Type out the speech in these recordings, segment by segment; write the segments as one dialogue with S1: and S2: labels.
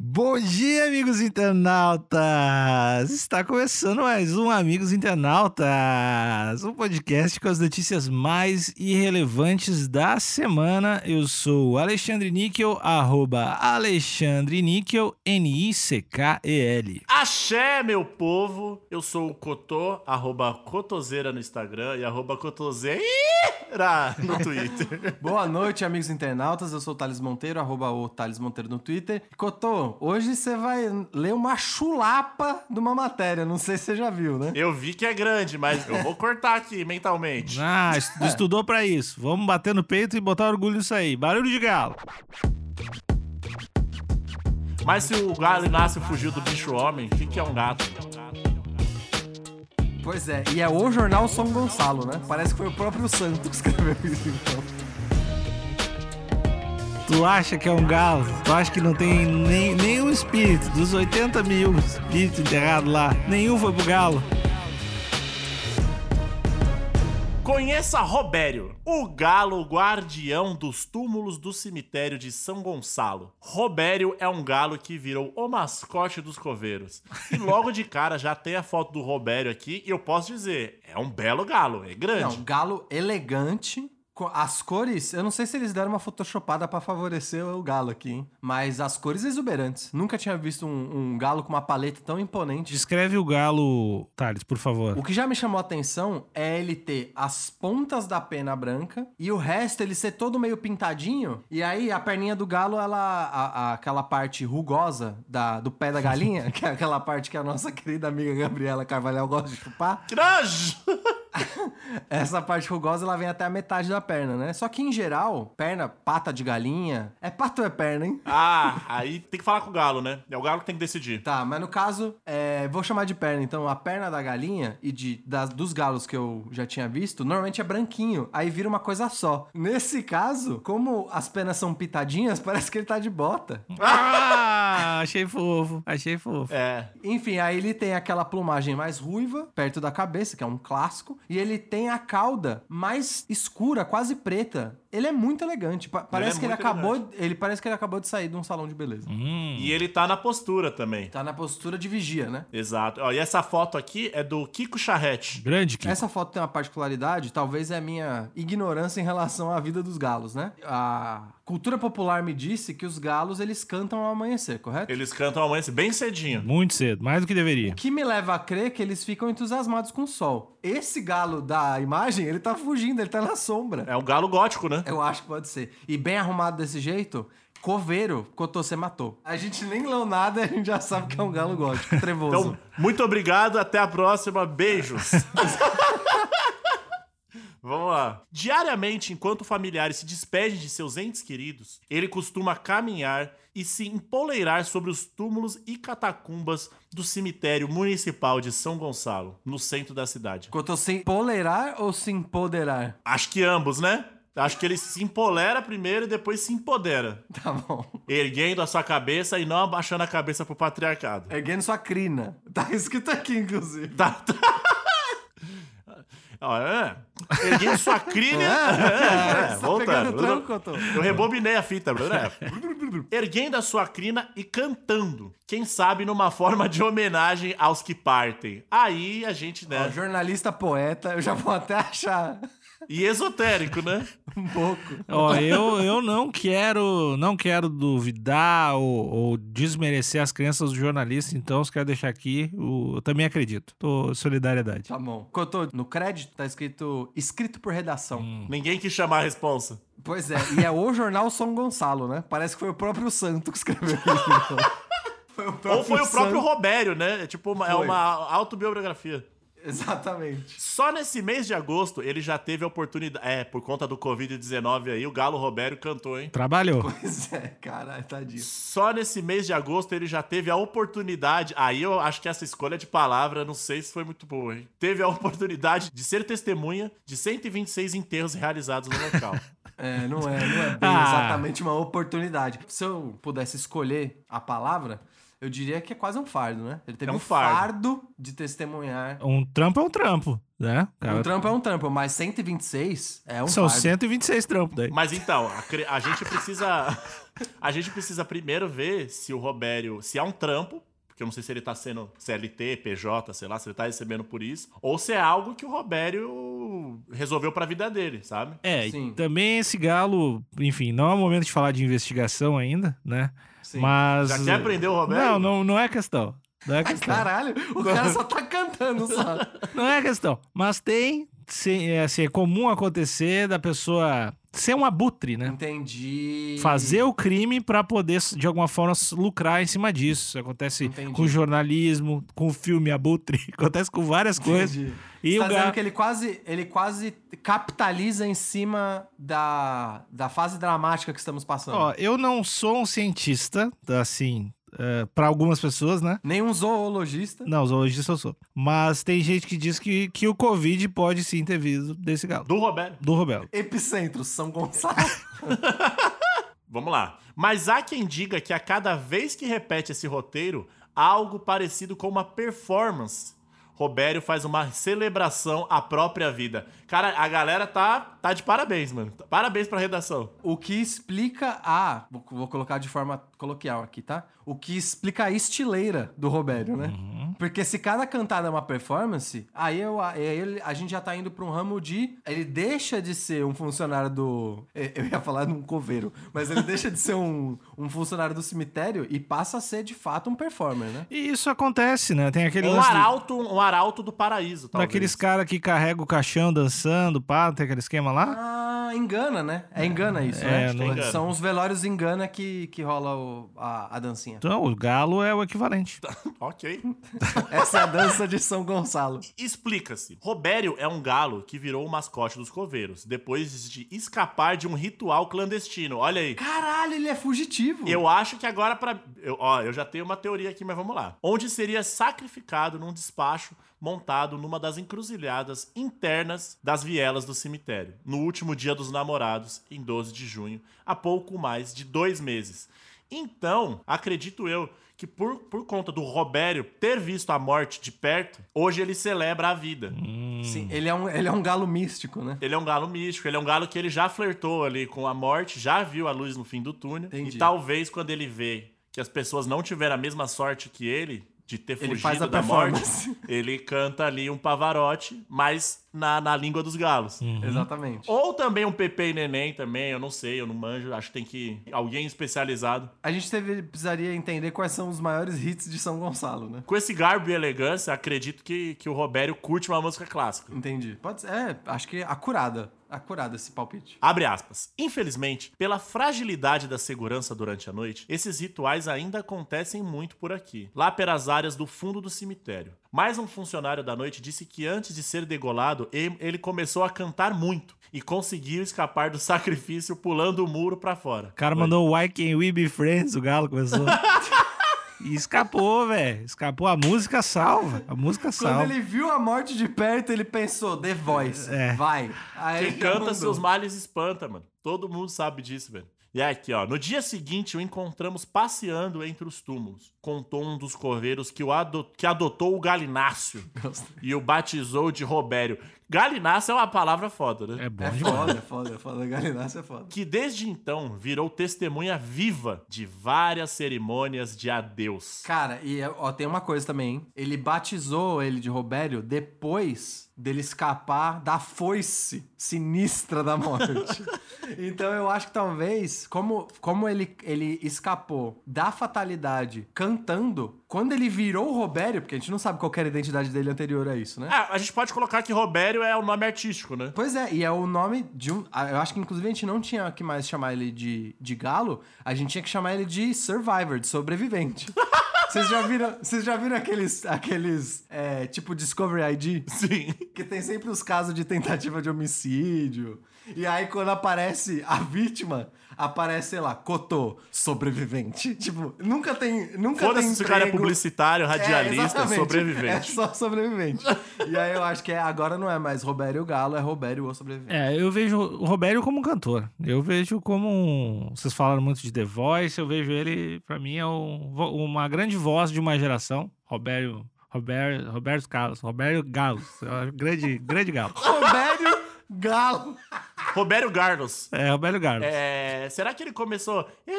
S1: Bom dia, amigos internautas! Está começando mais um Amigos Internautas, um podcast com as notícias mais irrelevantes da semana. Eu sou o Alexandre Níquel, arroba Alexandre Níquel, N-I-C-K-E-L.
S2: Axé, meu povo! Eu sou o Cotô, arroba Cotoseira no Instagram e arroba Cotoseira no Twitter.
S3: Boa noite, amigos internautas. Eu sou o Thales Monteiro, arroba o Thales Monteiro no Twitter. Cotô, hoje você vai ler uma chulapa de uma matéria. Não sei se você já viu, né?
S2: Eu vi que é grande, mas eu vou cortar aqui mentalmente.
S1: Ah, estu- estudou pra isso. Vamos bater no peito e botar orgulho nisso aí. Barulho de galo.
S2: Mas se o galo Inácio fugiu do bicho homem, o que, que é um gato?
S3: Pois é, e é o jornal São Gonçalo, né? Parece que foi o próprio Santos que escreveu isso, então.
S1: Tu acha que é um galo? Tu acha que não tem nem, nenhum espírito? Dos 80 mil espíritos enterrados lá, nenhum foi pro galo.
S2: Conheça Robério, o galo guardião dos túmulos do cemitério de São Gonçalo. Robério é um galo que virou o mascote dos coveiros. E logo de cara já tem a foto do Robério aqui e eu posso dizer, é um belo galo, é grande.
S3: Não, galo elegante. co- As cores, eu não sei se eles deram uma photoshopada pra favorecer o galo aqui, hein? Mas as cores exuberantes. Nunca tinha visto um, um galo com uma paleta tão imponente.
S1: Descreve o galo, Thales, por favor.
S3: O que já me chamou a atenção é ele ter as pontas da pena branca e o resto ele ser todo meio pintadinho. E aí a perninha do galo, ela. a- a- aquela parte rugosa da, do pé da galinha, que é aquela parte que a nossa querida amiga Gabriela Carvalhal gosta de chupar.
S2: Grande!
S3: Essa parte rugosa ela vem até a metade da perna, né? Só que em geral, perna, pata de galinha. É pato ou é perna, hein?
S2: Ah, aí tem que falar com o galo, né? É o galo que tem que decidir.
S3: Tá, mas no caso, é, vou chamar de perna. Então, a perna da galinha e de, das- dos galos que eu já tinha visto, normalmente é branquinho. Aí vira uma coisa só. Nesse caso, como as penas são pitadinhas, parece que ele tá de bota.
S1: Ah, achei fofo, achei fofo.
S2: É.
S3: Enfim, aí ele tem aquela plumagem mais ruiva, perto da cabeça, que é um clássico. E ele tem a cauda mais escura, quase preta. Ele é muito elegante. pa- parece que ele
S2: muito
S3: acabou. Ele parece que ele acabou de sair de um salão de beleza.
S2: E ele tá na postura também.
S3: Tá na postura de vigia, né?
S2: Exato. Ó, e essa foto aqui é do Kiko Charrete.
S1: Grande que.
S3: Essa foto tem uma particularidade, talvez é a minha ignorância em relação à vida dos galos, né? A cultura popular me disse que os galos eles cantam ao amanhecer, correto?
S2: Eles cantam amanhã bem cedinho.
S1: Muito cedo, mais do que deveria.
S3: O que me leva a crer que eles ficam entusiasmados com o sol. Esse galo da imagem, ele tá fugindo, ele tá na sombra.
S2: É um galo gótico, né?
S3: Eu acho que pode ser. E bem arrumado desse jeito, coveiro, Cotocê matou. A gente nem leu nada e a gente já sabe que é um galo gótico, trevoso.
S2: Então, muito obrigado, até a próxima. Beijos. Vamos lá. Diariamente, enquanto familiares se despedem de seus entes queridos, ele costuma caminhar e se empoleirar sobre os túmulos e catacumbas do cemitério municipal de São Gonçalo, no centro da cidade.
S3: Cotocê empoleirar ou se empoderar?
S2: Acho que ambos, né? Acho que ele se empolera primeiro e depois se empodera.
S3: Tá bom.
S2: Erguendo a sua cabeça e não abaixando a cabeça pro patriarcado.
S3: Erguendo É sua crina. Tá escrito aqui, inclusive.
S2: Tá, tá. Ó, é. Erguendo sua crina. É, é, é,
S3: Você tá pegando o
S2: voltando.
S3: tranco, Tom?
S2: Eu rebobinei a fita, Bruno. é. Erguendo a sua crina e cantando. Quem sabe numa forma de homenagem aos que partem. Aí a gente,
S3: Ó,
S2: né?
S3: jornalista poeta, eu já vou até achar
S2: E esotérico, né?
S3: um pouco.
S1: Ó, eu, eu não quero não quero duvidar ou, ou desmerecer as crenças do jornalista, então eu quero deixar aqui, o- eu também acredito. Tô solidariedade.
S3: Tá bom. Cotô, no crédito tá escrito escrito por redação.
S2: Ninguém quis chamar a responsa.
S3: Pois é, e é o jornal São Gonçalo, né? Parece que foi o próprio santo que escreveu isso. Foi o próprio
S2: Ou foi o próprio
S3: santo.
S2: Robério, né? É tipo uma, é
S3: Foi.
S2: uma autobiografia.
S3: Exatamente.
S2: Só nesse mês de agosto ele já teve a oportunidade. É, por conta do Covid-19 aí, o Galo Robério cantou, hein?
S1: Trabalhou.
S3: Pois é, caralho, tadinho.
S2: Só nesse mês de agosto ele já teve a oportunidade. Aí eu acho que essa escolha de palavra, não sei se foi muito boa, hein? Teve a oportunidade de ser testemunha de 126 enterros realizados no local.
S3: É, não é, não é bem
S1: Ah.
S3: exatamente uma oportunidade. Se eu pudesse escolher a palavra, Eu diria que é quase um fardo, né? Ele teve
S2: É um
S3: um fardo. de testemunhar.
S1: Um trampo é um trampo, né? Cara,
S3: Um trampo é um trampo, mas 126 é um
S1: São
S3: fardo.
S1: 126 trampos daí.
S2: Mas então, a, cre- a gente precisa. A gente precisa primeiro ver se o Robério. Se é um trampo, porque eu não sei se ele tá sendo CLT, PJ, sei lá, se ele tá recebendo por isso, ou se é algo que o Robério resolveu pra vida dele, sabe?
S1: É, e
S3: Sim.
S1: também esse galo, enfim, não é o momento de falar de investigação ainda, né?
S3: Sim.
S1: Mas.
S2: Já quer prender o Robério?
S1: Não, não, não é questão. Não é questão.
S3: Caralho, o cara só tá cantando só.
S1: Não é questão. Mas tem. se- é, assim, é comum acontecer da pessoa ser um abutre, né?
S3: Entendi.
S1: Fazer o crime pra poder, de alguma forma, lucrar em cima disso. Isso acontece
S3: Entendi.
S1: com jornalismo, com filme abutre, acontece com várias coisas.
S3: Entendi.
S1: E
S3: Você tá
S1: o
S3: dizendo
S1: galo.
S3: que ele quase, ele quase capitaliza em cima da, da fase dramática que estamos passando.
S1: Ó, eu não sou um cientista, assim, é, pra algumas pessoas, né?
S3: Nenhum zoologista.
S1: Não, zoologista eu sou. Mas tem gente que diz que, que o Covid pode sim ter vindo desse galo.
S2: Do Robério.
S1: Do Robelo.
S3: Epicentro, São Gonçalo.
S2: Vamos lá. Mas há quem diga que a cada vez que repete esse roteiro, há algo parecido com uma performance. Robério faz uma celebração à própria vida. Cara, a galera tá, tá de parabéns, mano. Parabéns pra redação.
S3: o que explica a. Vou vou colocar de forma coloquial aqui, tá? O que explica a estileira do Robério, né?
S1: Uhum.
S3: Porque se cada cantada é uma performance, aí, eu, aí ele- a gente já tá indo pra um ramo de. Ele deixa de ser um funcionário do. eh, Eu ia falar num coveiro, mas ele deixa de ser um, um funcionário do cemitério e passa a ser de fato um performer, né?
S1: E isso acontece, né? Tem aquele
S2: Um
S1: lance do-
S2: arauto, um arauto do paraíso, talvez.
S1: daqueles caras que carregam o caixão dançando, pá, tem aquele esquema lá.
S3: Ah, engana, né? É engana isso, né?
S1: É,
S3: Tipo,
S1: não-
S3: São os velórios engana que, que rola o- a, a dancinha.
S1: Então, o galo é o equivalente.
S3: Tá
S2: Ok.
S3: Essa é a dança de São Gonçalo.
S2: Explica-se. Robério é um galo que virou o mascote dos coveiros, depois de escapar de um ritual clandestino. Olha aí.
S3: Caralho, ele é fugitivo.
S2: Eu acho que agora para, eu, ó, eu já tenho uma teoria aqui, mas vamos lá. Onde seria sacrificado num despacho montado numa das encruzilhadas internas das vielas do cemitério, no último dia dos namorados, em 12 de junho, há pouco mais de dois meses. Então, acredito eu que por, por conta do Robério ter visto a morte de perto, hoje ele celebra a vida.
S3: Sim, ele é, um, ele é um galo místico, né?
S2: Ele é um galo místico, ele é um galo que ele já flertou ali com a morte, já viu a luz no fim do túnel.
S3: Entendi.
S2: E talvez quando ele vê que as pessoas não tiveram a mesma sorte que ele, de ter
S3: Ele
S2: fugido
S3: faz a
S2: da morte,
S3: performance.
S2: ele canta ali um pavarote, mas na, na língua dos galos.
S3: Exatamente.
S2: Ou também um Pepe e Neném também, eu não sei, eu não manjo, acho que tem que alguém especializado.
S3: A gente teve- precisaria entender quais são os maiores hits de São Gonçalo, né?
S2: Com esse garbo e elegância, acredito que, que o Robério curte uma música clássica.
S3: Entendi. Pode ser. É, acho que acurada. Acurada esse palpite.
S2: Abre aspas. Infelizmente, pela fragilidade da segurança durante a noite, esses rituais ainda acontecem muito por aqui, lá pelas áreas do fundo do cemitério. Mais um funcionário da noite disse que antes de ser degolado, e- ele começou a cantar muito e conseguiu escapar do sacrifício pulando o muro pra fora.
S1: O cara
S2: Foi.
S1: mandou Why Can't We Be Friends, o galo começou. e escapou, velho. Escapou. A música salva. A música
S3: Quando
S1: salva.
S3: ele viu a morte de perto, ele pensou, The Voice,
S1: É.
S3: vai. Aí
S2: Quem
S3: já
S2: canta
S3: mandou.
S2: seus males espanta, mano. Todo mundo sabe disso, velho. E aqui, ó. No dia seguinte, o encontramos passeando entre os túmulos. Contou um dos coveiros que, o ado- que adotou o galináceo e o batizou de Robério. Galináceo é uma palavra foda, né?
S1: É bom
S3: É
S1: demais.
S3: foda, é foda, é foda. Galinácio é foda.
S2: Que desde então virou testemunha viva de várias cerimônias de adeus.
S3: Cara, e é, ó, tem uma coisa também, hein? Ele batizou ele de Robério depois dele escapar da foice sinistra da morte. então eu acho que talvez, como, como ele, ele escapou da fatalidade cantando, quando ele virou o Robério, porque a gente não sabe qual que era a identidade dele anterior a isso, né?
S2: Ah, a gente pode colocar que Robério é o nome artístico, né?
S3: Pois é, e é o nome de um. ah, Eu acho que inclusive a gente não tinha que mais chamar ele de, de galo, a gente tinha que chamar ele de survivor, de sobrevivente. Vocês já viram, vocês já viram aqueles, aqueles é, tipo Discovery ID?
S2: Sim.
S3: Que tem sempre os casos de tentativa de homicídio. E aí, quando aparece a vítima, aparece, sei lá, Cotô, sobrevivente. Tipo, nunca tem. Nunca tem.
S2: Foda-se se o cara é
S3: emprego.
S2: publicitário,
S3: É,
S2: radialista,
S3: exatamente. É
S2: sobrevivente.
S3: só sobrevivente. e aí eu acho que é, agora não é mais Robério o Galo, é Robério o sobrevivente.
S1: É, eu vejo o Robério como um cantor. Eu vejo como um. Vocês falaram muito de The Voice, eu vejo ele, pra mim, é um vo- uma grande voz de uma geração, Roberto, Roberto, Roberto Carlos, Roberto Galo, é grande, grande galo.
S2: É.
S3: Robério Galo.
S2: Roberto Carlos.
S1: É, Roberto Galo.
S2: É, será que ele começou? É,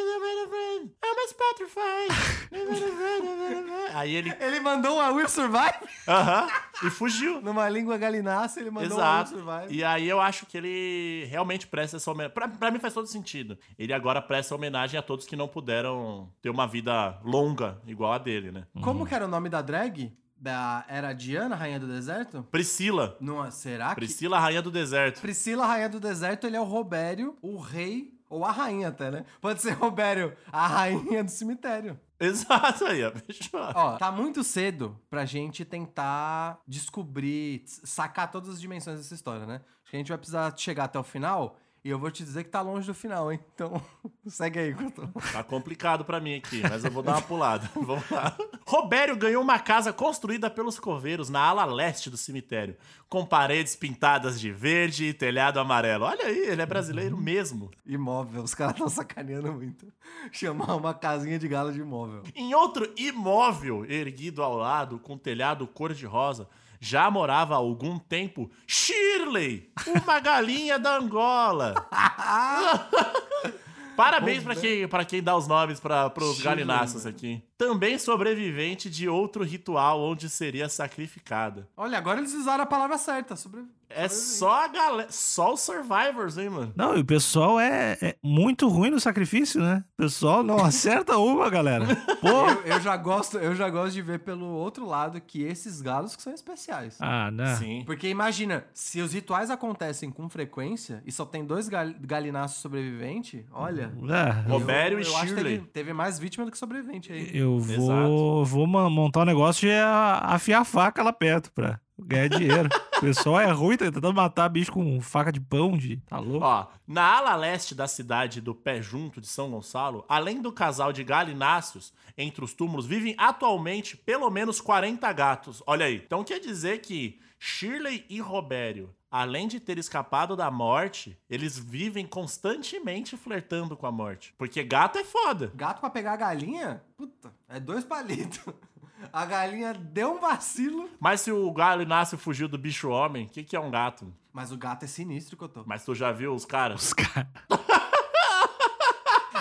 S2: I'm petrified. Aí ele.
S3: Ele mandou uma Will Survive
S2: Aham. e fugiu.
S3: numa língua galinácea, ele mandou um
S2: Exato.
S3: uma Will Survive.
S2: E aí eu acho que ele realmente presta essa homenagem. Pra, pra mim faz todo sentido. Ele agora presta homenagem a todos que não puderam ter uma vida longa igual a dele, né?
S3: Como que era o nome da drag? Da era Diana, Rainha do Deserto?
S2: Priscila.
S3: Não, será que
S2: Priscila, rainha do deserto.
S3: Priscila, rainha do deserto, ele é o Robério, o rei, ou a rainha até, né? Pode ser Robério, a rainha do cemitério.
S2: Exato aí, ó. fechou.
S3: Ó, tá muito cedo pra gente tentar descobrir, s- sacar todas as dimensões dessa história, né? Acho que a gente vai precisar chegar até o final, e eu vou te dizer que tá longe do final, hein? Então, segue aí, Couto.
S2: Tá complicado pra mim aqui, mas eu vou dar uma pulada. Vamos lá. Robério ganhou uma casa construída pelos coveiros na ala leste do cemitério, com paredes pintadas de verde e telhado amarelo. Olha aí, ele é brasileiro mesmo.
S3: Imóvel, os caras tão sacaneando muito. Chamar uma casinha de galo de imóvel.
S2: Em outro imóvel erguido ao lado, com telhado cor-de-rosa, já morava há algum tempo Shirley, uma galinha da Angola. Parabéns pra quem, pra quem dá os nomes para os
S3: Shirley,
S2: galináceos aqui. Também sobrevivente de outro ritual onde seria sacrificada.
S3: Olha, agora eles usaram a palavra certa, sobre...
S2: É só a galera, só os survivors, hein, mano?
S1: Não, e o pessoal é, é muito ruim no sacrifício, né? O pessoal não acerta uma, galera. Pô!
S3: Eu, eu já gosto, eu já gosto de ver pelo outro lado que esses galos que são especiais.
S1: Ah, não.
S2: Sim.
S3: Porque imagina, se os rituais acontecem com frequência e só tem dois gal galinaços sobreviventes, olha.
S1: Ah,
S2: Robério e
S3: acho que
S2: Shirley.
S3: Teve, teve mais vítima do que sobrevivente aí.
S1: Eu vou, vou ma- montar um negócio de a- afiar a faca lá perto pra ganhar dinheiro. o pessoal é ruim, tá tentando matar bicho com faca de pão. De... Tá louco?
S2: Ó, na ala leste da cidade do Pé Junto de São Gonçalo, além do casal de galináceos, entre os túmulos vivem atualmente pelo menos 40 gatos. Olha aí. Então quer dizer que Shirley e Robério, além de ter escapado da morte, eles vivem constantemente flertando com a morte. Porque gato é foda.
S3: Gato pra pegar a galinha? Puta, é dois palitos. A galinha deu um vacilo.
S2: Mas se o galináceo fugiu do bicho homem, o que, que é um gato?
S3: Mas o gato é sinistro que eu tô.
S2: Mas tu já viu os caras?
S1: Os caras.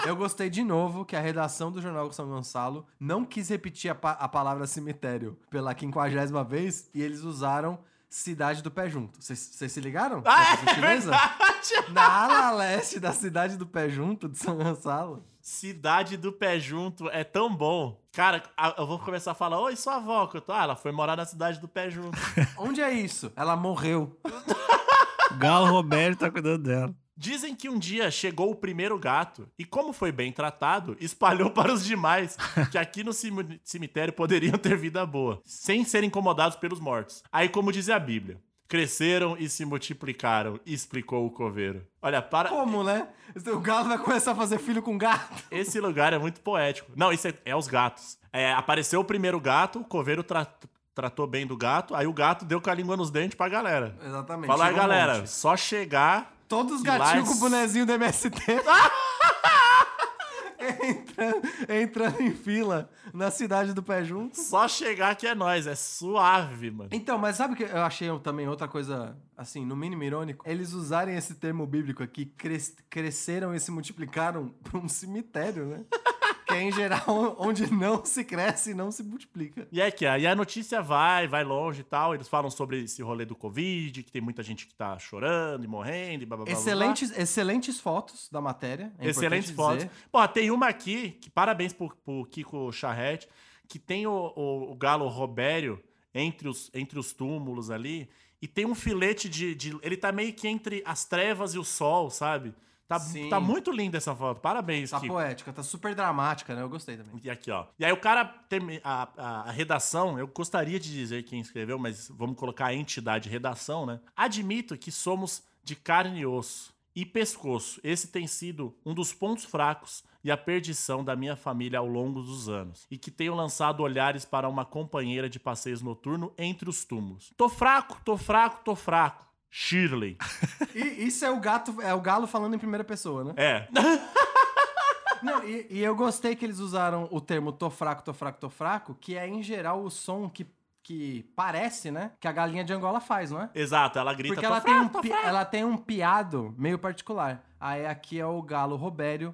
S3: Eu gostei de novo que a redação do Jornal São Gonçalo não quis repetir a, pa- a palavra cemitério pela quinquagésima vez e eles usaram cidade do pé junto. Vocês vocês se ligaram?
S2: Ah,
S3: Essa
S2: é
S3: sutileza?
S2: verdade!
S3: Na ala leste da cidade do pé junto de São Gonçalo.
S2: Cidade do Pé Junto é tão bom. Cara, a- eu vou começar a falar, oi, sua avó, que eu tô. Ah, ela foi morar na Cidade do Pé Junto.
S3: Onde é isso? Ela morreu.
S1: Galo Roberto tá cuidando dela.
S2: Dizem que um dia chegou o primeiro gato e, como foi bem tratado, espalhou para os demais que aqui no cem- cemitério poderiam ter vida boa, sem serem incomodados pelos mortos. Aí, como diz a Bíblia, cresceram e se multiplicaram, explicou o coveiro. Olha, para.
S3: Como, né? O galo vai começar a fazer filho com gato.
S2: Esse lugar é muito poético. Não, isso é, é os gatos. É, apareceu o primeiro gato, o coveiro tra- tratou bem do gato, aí o gato deu com a língua nos dentes pra galera.
S3: Exatamente.
S2: Fala aí,
S3: chegou um
S2: galera,
S3: monte.
S2: só chegar.
S3: Todos os
S2: Lá
S3: gatinhos
S2: é-
S3: com o bonezinho do MST. entrando, entrando em fila na cidade do pé junto.
S2: Só chegar que é nós, é suave, mano.
S3: Então, mas sabe o que eu achei também outra coisa, assim, no mínimo irônico? Eles usarem esse termo bíblico aqui, cres- cresceram e se multiplicaram pra um cemitério, né? que é, em geral, onde não se cresce e não se multiplica.
S2: E é que aí a notícia vai, vai longe e tal. Eles falam sobre esse rolê do Covid, que tem muita gente que tá chorando e morrendo e blá blá blá, blá, blá.
S3: Excelentes, excelentes fotos da matéria. é importante
S2: Excelentes
S3: dizer.
S2: fotos. Pô, tem uma aqui, que parabéns pro, pro Kiko Charrete, que tem o, o- o galo Robério entre os, entre os túmulos ali, e tem um filete de, de- Ele tá meio que entre as trevas e o sol, sabe? Tá,
S3: Sim.
S2: tá muito linda essa foto. Parabéns,
S3: Tá
S2: Kiko.
S3: poética, tá super dramática, né? Eu gostei também.
S2: E aqui, ó. E aí o cara tem a, a- a redação, eu gostaria de dizer quem escreveu, mas vamos colocar a entidade redação, né? Admito que somos de carne e osso e pescoço. Esse tem sido um dos pontos fracos e a perdição da minha família ao longo dos anos. E que tenho lançado olhares para uma companheira de passeios noturno entre os túmulos. Tô fraco, tô fraco, tô fraco. Shirley.
S3: E isso é o gato, é o galo falando em primeira pessoa, né?
S2: É.
S3: Não, e, e eu gostei que eles usaram o termo tô fraco, tô fraco, tô fraco, que é em geral o som que, que parece, né? Que a galinha de Angola faz, não é?
S2: Exato, ela grita.
S3: Porque
S2: "Tô
S3: ela,
S2: fraco,
S3: tem um
S2: tô
S3: pi-
S2: fraco".
S3: ela tem um piado meio particular. Aí aqui é o galo Robério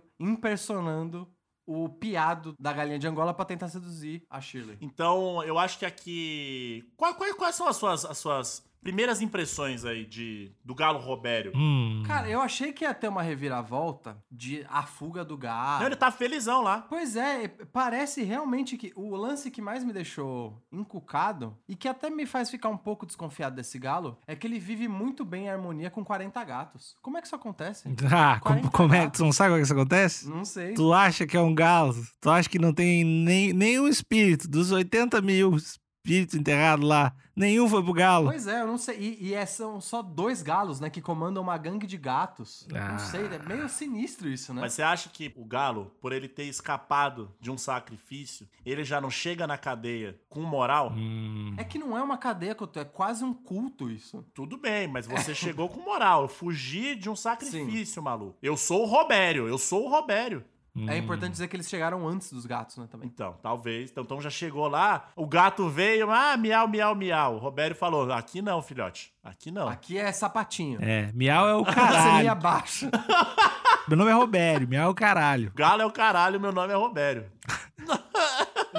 S3: impersonando o piado da galinha de Angola pra tentar seduzir a Shirley.
S2: Então, eu acho que aqui. Qual- qual- quais são as suas, as suas primeiras impressões aí de, do Galo Robério?
S1: Hum.
S3: Cara, eu achei que ia ter uma reviravolta de a fuga do galo.
S2: Não, ele tá felizão lá.
S3: Pois é, e- parece realmente que o lance que mais me deixou encucado e que até me faz ficar um pouco desconfiado desse galo é que ele vive muito bem em harmonia com 40 gatos. Como é que isso acontece?
S1: Ah, como,
S3: 40
S1: como é que
S3: gatos.
S1: tu não sabe como é que isso acontece?
S3: Não sei.
S1: Tu acha que é um galo? Tu acha que não tem nem, nenhum espírito? Dos 80 mil espíritos enterrados lá, nenhum foi pro galo.
S3: Pois é, eu não sei. E, e é- são só dois galos, né, que comandam uma gangue de gatos.
S1: Ah.
S3: Não sei, é meio sinistro isso, né?
S2: Mas você acha que o Galo, por ele ter escapado de um sacrifício, ele já não chega na cadeia com moral?
S1: Hum.
S3: É que não é uma cadeia, Couto, é quase um culto isso.
S2: Tudo bem, mas você chegou com moral. Eu fugi de um sacrifício, maluco. Eu sou o Robério, eu sou o Robério.
S1: hum.
S3: É importante dizer que eles chegaram antes dos gatos, né, também.
S2: Então, talvez. Então, então já chegou lá, o gato veio, ah, miau, miau, miau. O Robério falou: aqui não, filhote. Aqui não.
S3: Aqui é sapatinho.
S1: Então. É, miau é o
S3: Você ia
S1: caralho.
S3: abaixo.
S1: Meu nome é Robério, miau é o caralho.
S2: Galo é o caralho, meu nome é Robério.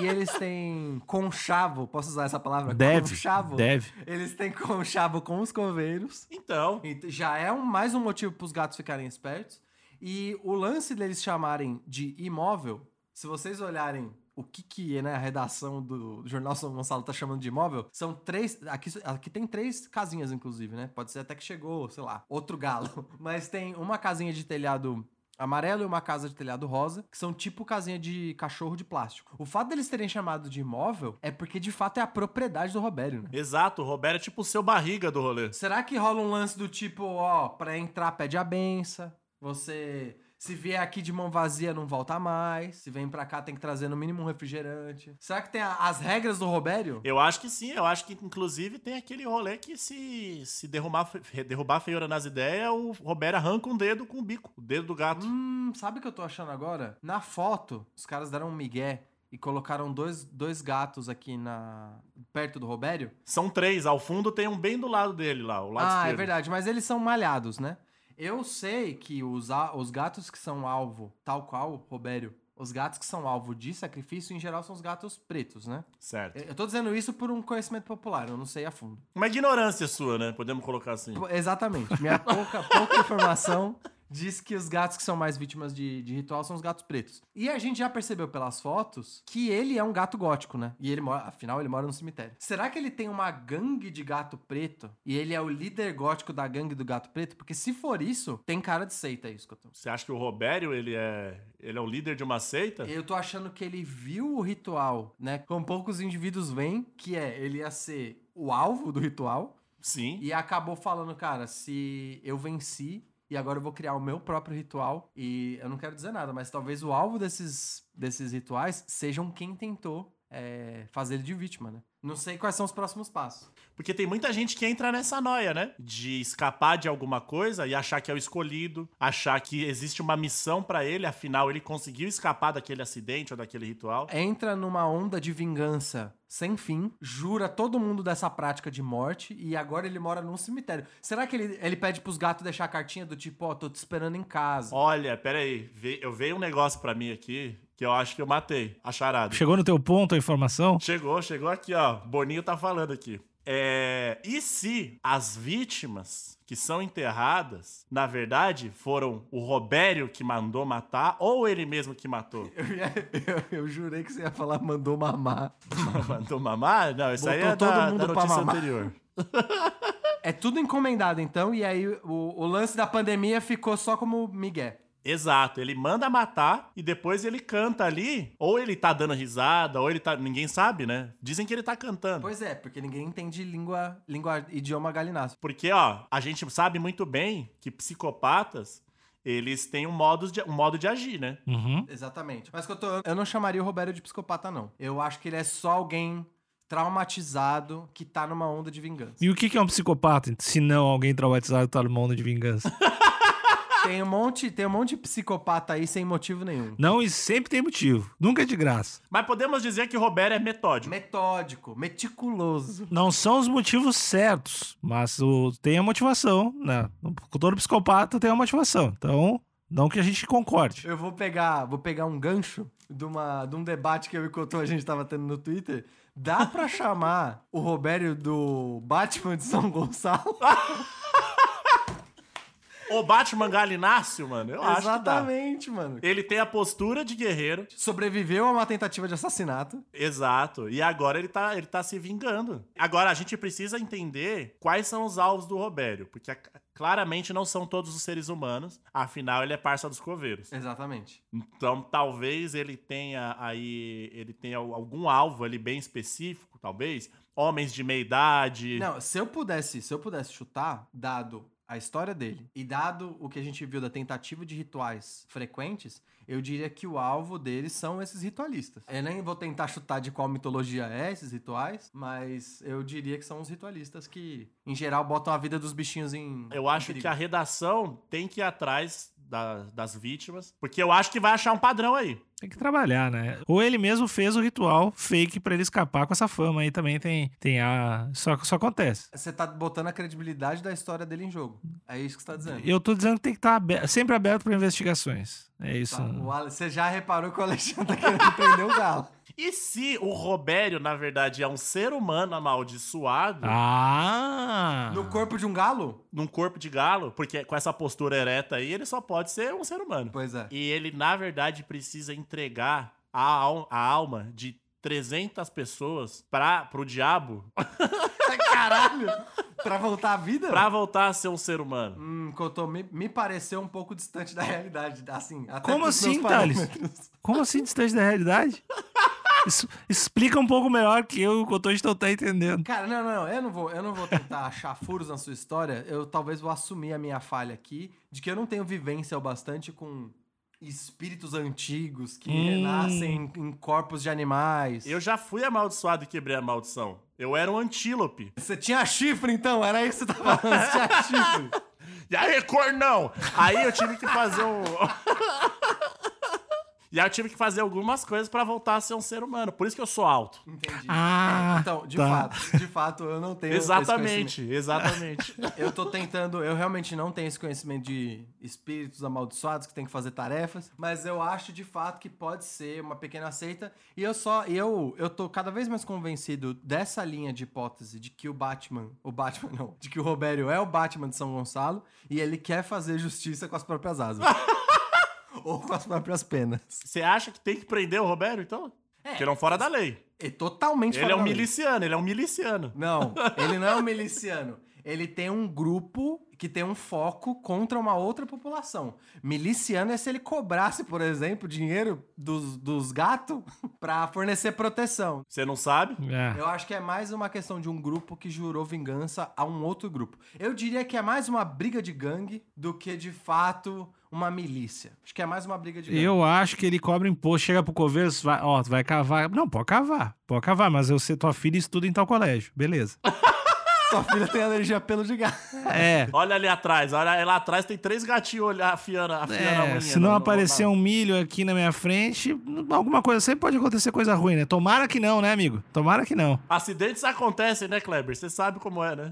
S3: E eles têm conchavo, posso usar essa palavra?
S1: Deve,
S3: Conchavo.
S1: deve.
S3: Eles têm conchavo com os coveiros.
S2: Então,
S3: Ent- Já é um- mais um motivo para os gatos ficarem espertos. E o lance deles chamarem de imóvel, se vocês olharem o que que é, né, a redação do Jornal São Gonçalo tá chamando de imóvel, são três, aqui, aqui tem três casinhas, inclusive, né? Pode ser até que chegou, sei lá, outro galo. Mas tem uma casinha de telhado amarelo e uma casa de telhado rosa, que são tipo casinha de cachorro de plástico. O fato deles terem chamado de imóvel é porque, de fato, é a propriedade do Robério, né?
S2: exato, o Robério é tipo o seu barriga do rolê.
S3: Será que rola um lance do tipo, ó, pra entrar pede a benção, você se vier aqui de mão vazia não volta mais, se vem pra cá tem que trazer no mínimo um refrigerante. Será que tem a- as regras do Robério?
S2: Eu acho que sim, eu acho que inclusive tem aquele rolê que se, se derrubar, fe- derrubar a feiura nas ideias, o Roberto arranca um dedo com o bico, o dedo do gato.
S3: Hum, sabe o que eu tô achando agora? Na foto, os caras deram um migué e colocaram dois, dois gatos aqui na perto do Robério.
S2: São três, ao fundo tem um bem do lado dele lá, o lado
S3: ah,
S2: esquerdo.
S3: é verdade, mas eles são malhados, né? Eu sei que os, a- os gatos que são alvo, tal qual, Robério, os gatos que são alvo de sacrifício, em geral, são os gatos pretos, né?
S2: Certo.
S3: Eu eu tô dizendo isso por um conhecimento popular, eu não sei a fundo.
S2: Uma ignorância sua, né? Podemos colocar assim.
S3: Pô, Exatamente. Minha pouca, pouca informação diz que os gatos que são mais vítimas de, de ritual são os gatos pretos. E a gente já percebeu pelas fotos que ele é um gato gótico, né? E ele mora, afinal, ele mora no cemitério. Será que ele tem uma gangue de gato preto e ele é o líder gótico da gangue do gato preto? Porque se for isso, tem cara de seita isso, Cotão.
S2: Você acha que o Robério, ele é, ele é o líder de uma seita?
S3: Eu tô achando que ele viu o ritual, né? Como poucos indivíduos veem, que é ele ia ser o alvo do ritual.
S2: Sim.
S3: E acabou falando, cara, se eu venci e agora eu vou criar o meu próprio ritual. E eu não quero dizer nada, mas talvez o alvo desses, desses rituais sejam quem tentou é, fazer ele de vítima, né? Não sei quais são os próximos passos.
S2: Porque tem muita gente que entra nessa noia, né? De escapar de alguma coisa e achar que é o escolhido, achar que existe uma missão pra ele, afinal ele conseguiu escapar daquele acidente ou daquele ritual.
S3: Entra numa onda de vingança sem fim, jura todo mundo dessa prática de morte e agora ele mora num cemitério. Será que ele, ele pede pros gatos deixar a cartinha do tipo, ó, tô te esperando em casa?
S2: Olha, peraí, ve- eu veio um negócio pra mim aqui que eu acho que eu matei, a charada.
S1: Chegou no teu ponto a informação?
S2: Chegou, chegou aqui, ó. Boninho tá falando aqui. É, e se as vítimas que são enterradas, na verdade, foram o Robério que mandou matar ou ele mesmo que matou?
S3: Eu, ia- eu- eu jurei que você ia falar, mandou mamar.
S2: mandou mamar? Não, isso aí é
S3: Botou
S2: da,
S3: todo
S2: da
S3: mundo pra
S2: notícia
S3: mamar.
S2: anterior.
S3: É tudo encomendado, então, e aí o, o lance da pandemia ficou só como migué.
S2: Exato, ele manda matar e depois ele canta ali, ou ele tá dando risada, ou ele tá, ninguém sabe, né? Dizem que ele tá cantando.
S3: Pois é, porque ninguém entende língua, língua idioma galináceo.
S2: Porque, ó, a gente sabe muito bem que psicopatas, eles têm um modo de, um modo de agir, né?
S1: Uhum.
S3: Exatamente. Mas que eu, tô- eu não chamaria o Roberto de psicopata, não. Eu acho que ele é só alguém traumatizado que tá numa onda de vingança.
S1: E o que que é um psicopata, se não alguém traumatizado que tá numa onda de vingança?
S3: Tem um monte, tem um monte de psicopata aí sem motivo nenhum.
S1: Não, e sempre tem motivo. Nunca é de graça.
S2: Mas podemos dizer que Robério é metódico.
S3: Metódico, meticuloso.
S1: Não são os motivos certos, mas o- tem a motivação, né? Todo psicopata tem uma motivação. Então, não que a gente concorde.
S3: Eu vou pegar, vou pegar um gancho de, uma, de um debate que eu e o Cotô a gente tava tendo no Twitter. Dá pra chamar o Robério do Batman de São Gonçalo?
S2: O Batman Galinácio, mano, eu acho que dá.
S3: Exatamente, mano.
S2: Ele tem a postura de guerreiro,
S3: Sobreviveu a uma tentativa de assassinato.
S2: exato, e agora ele tá, ele tá se vingando. Agora, a gente precisa entender quais são os alvos do Robério, porque a- claramente não são todos os seres humanos, afinal ele é parça dos coveiros.
S3: Exatamente.
S2: Então, talvez ele tenha aí, ele tenha al- algum alvo ali bem específico, talvez. Homens de meia idade.
S3: Não, se eu pudesse, se eu pudesse chutar, dado a história dele e dado o que a gente viu da tentativa de rituais frequentes, eu diria que o alvo deles são esses ritualistas. Eu nem vou tentar chutar de qual mitologia é esses rituais, mas eu diria que são os ritualistas que, em geral, botam a vida dos bichinhos em.
S2: Eu acho
S3: em
S2: que a
S3: perigo.
S2: redação tem que ir atrás da- das vítimas, porque eu acho que vai achar um padrão aí.
S1: Tem que trabalhar, né? Ou ele mesmo fez o ritual fake pra ele escapar com essa fama aí também tem, tem a. Só, só acontece.
S3: Você tá botando a credibilidade da história dele em jogo. É isso que você tá dizendo.
S1: Eu tô dizendo que tem que estar sempre aberto pra investigações. É isso.
S3: Tá, o Ale- Você já reparou que o Alexandre tá querendo prender o galo.
S2: E se o Robério, na verdade, é um ser humano amaldiçoado
S1: Ah!
S3: No corpo de um galo?
S2: num corpo de galo, porque com essa postura ereta aí, ele só pode ser um ser humano.
S3: Pois é.
S2: E ele, na verdade, precisa entregar a, al- a alma de 300 pessoas para pro diabo
S3: Caralho! Pra voltar à vida?
S2: pra voltar a ser um ser humano.
S3: Hum, Cotô, me, me pareceu um pouco distante da realidade, assim. Até
S1: Como
S3: pros
S1: assim,
S3: meus
S1: Thales?
S3: parâmetros.
S1: Como assim distante da realidade? Isso explica um pouco melhor que eu e o Cotoji não tá entendendo.
S3: Cara, não, não, não, eu não vou, eu não vou tentar achar furos na sua história. Eu talvez vou assumir a minha falha aqui de que eu não tenho vivência o bastante com espíritos antigos que
S1: Hum.
S3: renascem em, em corpos de animais.
S2: Eu já fui amaldiçoado e quebrei a maldição. Eu era um antílope.
S3: Você tinha chifre, então? Era isso que você tava falando, você tinha chifre.
S2: E aí, cornão! Aí eu tive que fazer um. e aí eu tive que fazer algumas coisas pra voltar a ser um ser humano. Por isso que eu sou alto.
S3: Entendi.
S1: Ah,
S3: então, de
S1: tá.
S3: fato, de fato, eu não tenho esse conhecimento.
S2: exatamente, exatamente.
S3: Eu tô tentando, eu realmente não tenho esse conhecimento de espíritos amaldiçoados que tem que fazer tarefas, mas eu acho de fato que pode ser uma pequena seita. E eu só, e eu, eu tô cada vez mais convencido dessa linha de hipótese de que o Batman, o Batman não, de que o Robério é o Batman de São Gonçalo e ele quer fazer justiça com as próprias asas. Ou com as próprias penas.
S2: Você acha que tem que prender o Roberto, então?
S3: É.
S2: Porque não fora da lei.
S3: É totalmente
S2: Ele é um
S3: fora da lei.
S2: miliciano, ele é um miliciano.
S3: Não, ele não é um miliciano. Ele tem um grupo que tem um foco contra uma outra população. Miliciano é se ele cobrasse, por exemplo, dinheiro dos, dos gatos pra fornecer proteção.
S2: Você não sabe?
S1: É.
S3: Eu acho que é mais uma questão de um grupo que jurou vingança a um outro grupo. Eu diria que é mais uma briga de gangue do que, de fato, uma milícia. Acho que é mais uma briga de gangue.
S1: Eu acho que ele cobra imposto, chega pro coveiro, vai, ó, tu vai cavar. Não, pode cavar, pode cavar, mas eu sei tua filha estuda em tal colégio. Beleza.
S3: Sua filha tem alergia a pelo de gato.
S1: É.
S2: Olha ali atrás, olha lá atrás, tem três gatinhos olha- afiando, afiando a
S1: É,
S2: unha.
S1: se não
S2: no- no-
S1: aparecer um milho aqui na minha frente, alguma coisa, sempre pode acontecer coisa ruim, né? Tomara que não, né, amigo? Tomara que não.
S2: Acidentes acontecem, né, Kleber? Você sabe como é, né?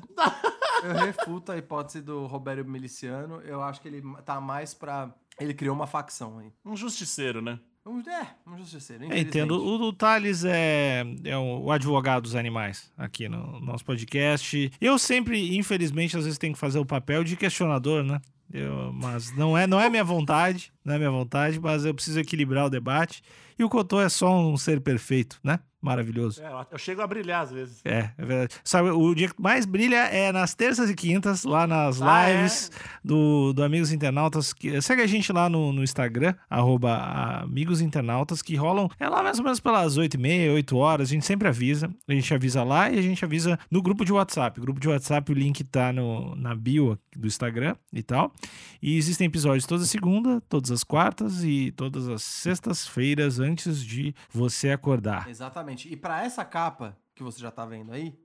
S3: Eu refuto a hipótese do Robério Miliciano. Eu acho que ele tá mais pra. Ele criou uma facção aí.
S2: Um justiceiro, né?
S3: Um- É, um justiceiro.
S1: Eu entendo.
S3: infelizmente.
S1: O, o Thales é, é o o advogado dos animais aqui no nosso podcast. Eu sempre, infelizmente, às vezes tenho que fazer o papel de questionador, né? Eu- mas não é, não é minha vontade, não é minha vontade, mas eu preciso equilibrar o debate. E o Cotô é só um ser perfeito, né? Maravilhoso.
S2: É, eu- eu chego a brilhar às vezes.
S1: É, é verdade. Sabe, o dia que mais brilha é nas terças e quintas, lá nas
S2: Ah, é?
S1: lives do, do Amigos Internautas. que- segue a gente lá no, no Instagram, arroba Amigos Internautas, que rolam é lá mais ou menos pelas 8 e meia, 8 horas. A gente sempre avisa. A gente avisa lá e a gente avisa no grupo de WhatsApp. O grupo de WhatsApp, o link tá no, na bio aqui do Instagram e tal. E existem episódios toda segunda, todas as quartas e todas as sextas-feiras antes de você acordar.
S3: Exatamente. E pra essa capa que você já tá vendo aí,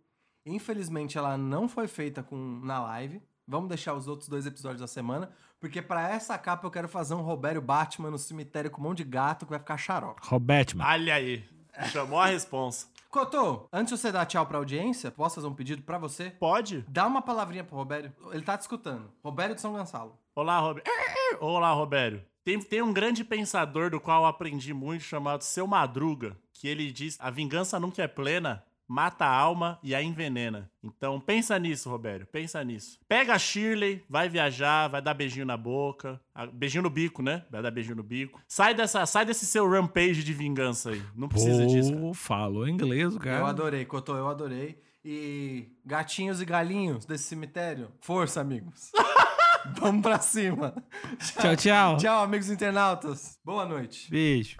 S3: infelizmente ela não foi feita com na live. Vamos deixar os outros dois episódios da semana, porque pra essa capa eu quero fazer um Robério Batman no cemitério com um monte de gato que vai ficar xarope.
S1: Robertman.
S2: Ah, é? Olha aí. Chamou a responsa.
S3: Cotô, antes de você dar tchau pra audiência, posso fazer um pedido pra você?
S2: Pode?
S3: Dá uma palavrinha pro Robério. Ele tá te escutando. Robério de São Gonçalo.
S2: Olá, Robério. é. Olá, Robério. Tem, tem um grande pensador do qual eu aprendi muito, chamado Seu Madruga, que ele diz: a vingança nunca é plena, mata a alma e a envenena. Então pensa nisso, Robério, pensa nisso. Pega a Shirley, vai viajar, vai dar beijinho na boca, ah, beijinho no bico, né? Vai dar beijinho no bico. Sai, dessa, sai desse seu rampage de vingança aí. Não precisa disso, cara.
S1: Pô, falou inglês, o
S3: Eu
S1: cara.
S3: adorei, Cotô, eu adorei. E gatinhos e galinhos desse cemitério, força, amigos. Vamos pra cima.
S1: Tchau, tchau.
S3: Tchau, amigos internautas. Boa noite.
S1: Beijo.